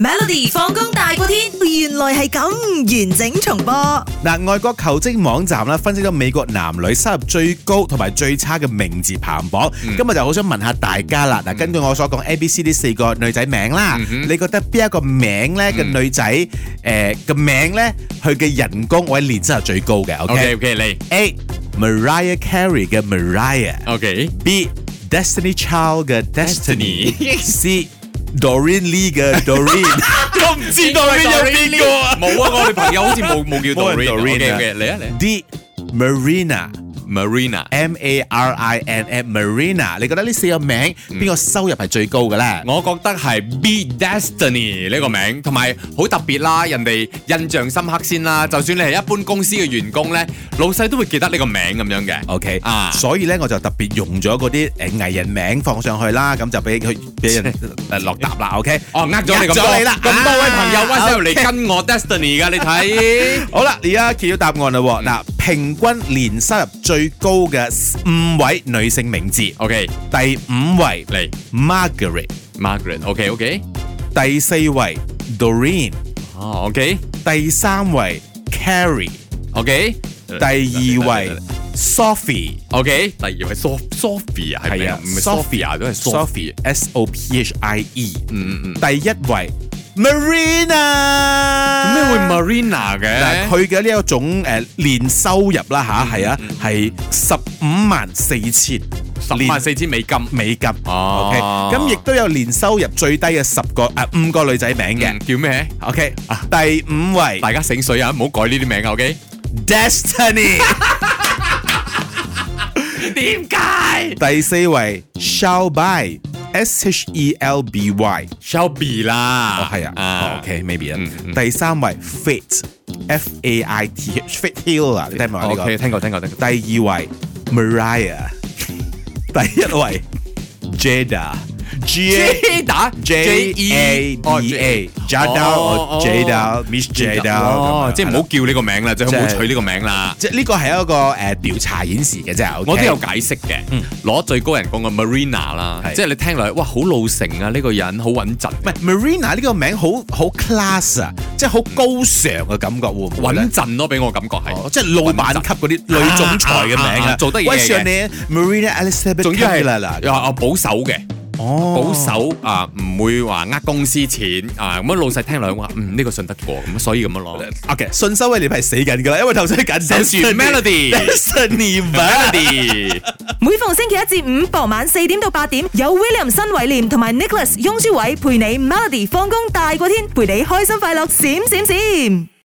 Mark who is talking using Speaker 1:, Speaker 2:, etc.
Speaker 1: Melody 放工大過天，原來係咁完整重播。
Speaker 2: 嗱，外國求職網站啦，分析咗美國男女收入最高同埋最差嘅名字排行榜。今日就好想問下大家啦。嗱，根據我所講 A、B、C 呢四個女仔名啦，
Speaker 3: 嗯哼
Speaker 2: 你覺得邊一個名咧嘅女仔誒嘅名咧，佢嘅人工或者年薪係最高嘅？OK，A、
Speaker 3: OK OK 嚟
Speaker 2: Mariah Carey 嘅 Mariah，B
Speaker 3: OK
Speaker 2: Destiny Child 嘅
Speaker 3: Destiny
Speaker 2: Destiny，C Doreen Lee 嘅 Doreen。
Speaker 3: 我唔知道邊有邊個啊？冇啊！我哋朋友好似冇冇叫
Speaker 2: 冇人
Speaker 3: Doreen。
Speaker 2: Doreen 啊
Speaker 3: OK OK 嚟啊嚟
Speaker 2: D Marina。
Speaker 3: Marina，
Speaker 2: M A R I N A Marina，你覺得呢四個名邊個收入係最高嘅咧？
Speaker 3: 我覺得係 Be Destiny 呢個名，同埋好特別啦，人哋印象深刻先啦。就算你係一般公司嘅員工咧，老細都會記得呢個名咁樣嘅。
Speaker 2: OK
Speaker 3: 啊
Speaker 2: 所以咧我就特別用咗嗰啲誒藝人名放上去啦，咁就俾 佢俾人誒落答啦。OK，
Speaker 3: 哦，呃咗你
Speaker 2: 呃
Speaker 3: 咁
Speaker 2: 咗
Speaker 3: 多
Speaker 2: 你啦
Speaker 3: 咁多位朋友
Speaker 2: 啊
Speaker 3: WhatsApp 嚟跟我 Destiny 噶，你 睇
Speaker 2: 好啦，而家揭曉答案啦喎。嗱，平均年收入最高嘅五位女性名字，
Speaker 3: OK
Speaker 2: 第五位
Speaker 3: 嚟
Speaker 2: Margaret，
Speaker 3: Margaret，OK OK，
Speaker 2: 第四位 Doreen，
Speaker 3: 哦 OK
Speaker 2: 第三位 Carrie，
Speaker 3: OK，
Speaker 2: 第二位 Sophie。
Speaker 3: OK，第二位 Sof Sophia 係咪
Speaker 2: 係啊？
Speaker 3: 啊唔係 Sophia 都係 Sophie。
Speaker 2: S O P H I E，
Speaker 3: 嗯嗯嗯。
Speaker 2: 第一位 Marina，
Speaker 3: 咩會 Marina
Speaker 2: 嗱，
Speaker 3: 嘅？
Speaker 2: 佢嘅呢一種誒年收入啦
Speaker 3: 嗯
Speaker 2: 吓，係啊，係十五萬四千
Speaker 3: 十萬四千美金。
Speaker 2: 美金。OK，
Speaker 3: 哦
Speaker 2: 咁亦都有年收入最低嘅十個誒五個女仔名嘅
Speaker 3: 嘅。嗯叫咩？
Speaker 2: OK，第
Speaker 3: 啊
Speaker 2: 五位
Speaker 3: 大家醒水啊！唔好改呢啲名啊，OK？
Speaker 2: Destiny，
Speaker 3: 點解
Speaker 2: 第四位 Shelby，S H E L B Y。
Speaker 3: ？Shelby 啦，
Speaker 2: 係啊哦，OK，maybe
Speaker 3: 嗯嗯
Speaker 2: 啊。第三位 Fit，F A I T H，Fit Hill 啊，你聽埋呢個。
Speaker 3: OK，
Speaker 2: 第
Speaker 3: 聽過聽過聽過。
Speaker 2: 二位 Mariah，第一位 Jada。J
Speaker 3: J E 打 E
Speaker 2: J E A D A Jada
Speaker 3: 哦
Speaker 2: 或 Jada Miss Jada，咁
Speaker 3: 哦，
Speaker 2: 樣
Speaker 3: 即係唔好叫呢個名啦，最好唔好取呢個名啦。
Speaker 2: 即係呢個係一個誒調查顯示嘅啫。
Speaker 3: 我都有解釋嘅，攞最高人工嘅 Marina 啦，
Speaker 2: 係
Speaker 3: 嗯即係你聽落去，哇，好老成啊！呢個人好穩陣，
Speaker 2: 唔係 Marina 呢個名好好 class 啊，即係好高尚嘅感覺會唔會咧
Speaker 3: 穩陣咯，俾我感覺係
Speaker 2: 哦。即係老闆級嗰啲女總裁嘅名
Speaker 3: 啊啊啊
Speaker 2: 啊，
Speaker 3: 做得嘢嘅
Speaker 2: 喂上你 Marina Elizabeth
Speaker 3: 仲要係
Speaker 2: Capilla 啦，
Speaker 3: 啊啊保守嘅，
Speaker 2: 哦
Speaker 3: 保守啊，唔會話呃公司錢啊，咁樣老細聽兩話，嗯呢個信得過，咁所以咁樣咯。
Speaker 2: OK，信收威廉係死緊㗎啦，因為頭先揀
Speaker 3: 守住 melody
Speaker 2: Destiny
Speaker 3: Melody，
Speaker 1: 每逢星期一至五傍晚四點到八點，有 William 新偉廉同埋 Nicholas 雍舒偉陪你 Melody 放工大過天，陪你開心快樂閃閃閃。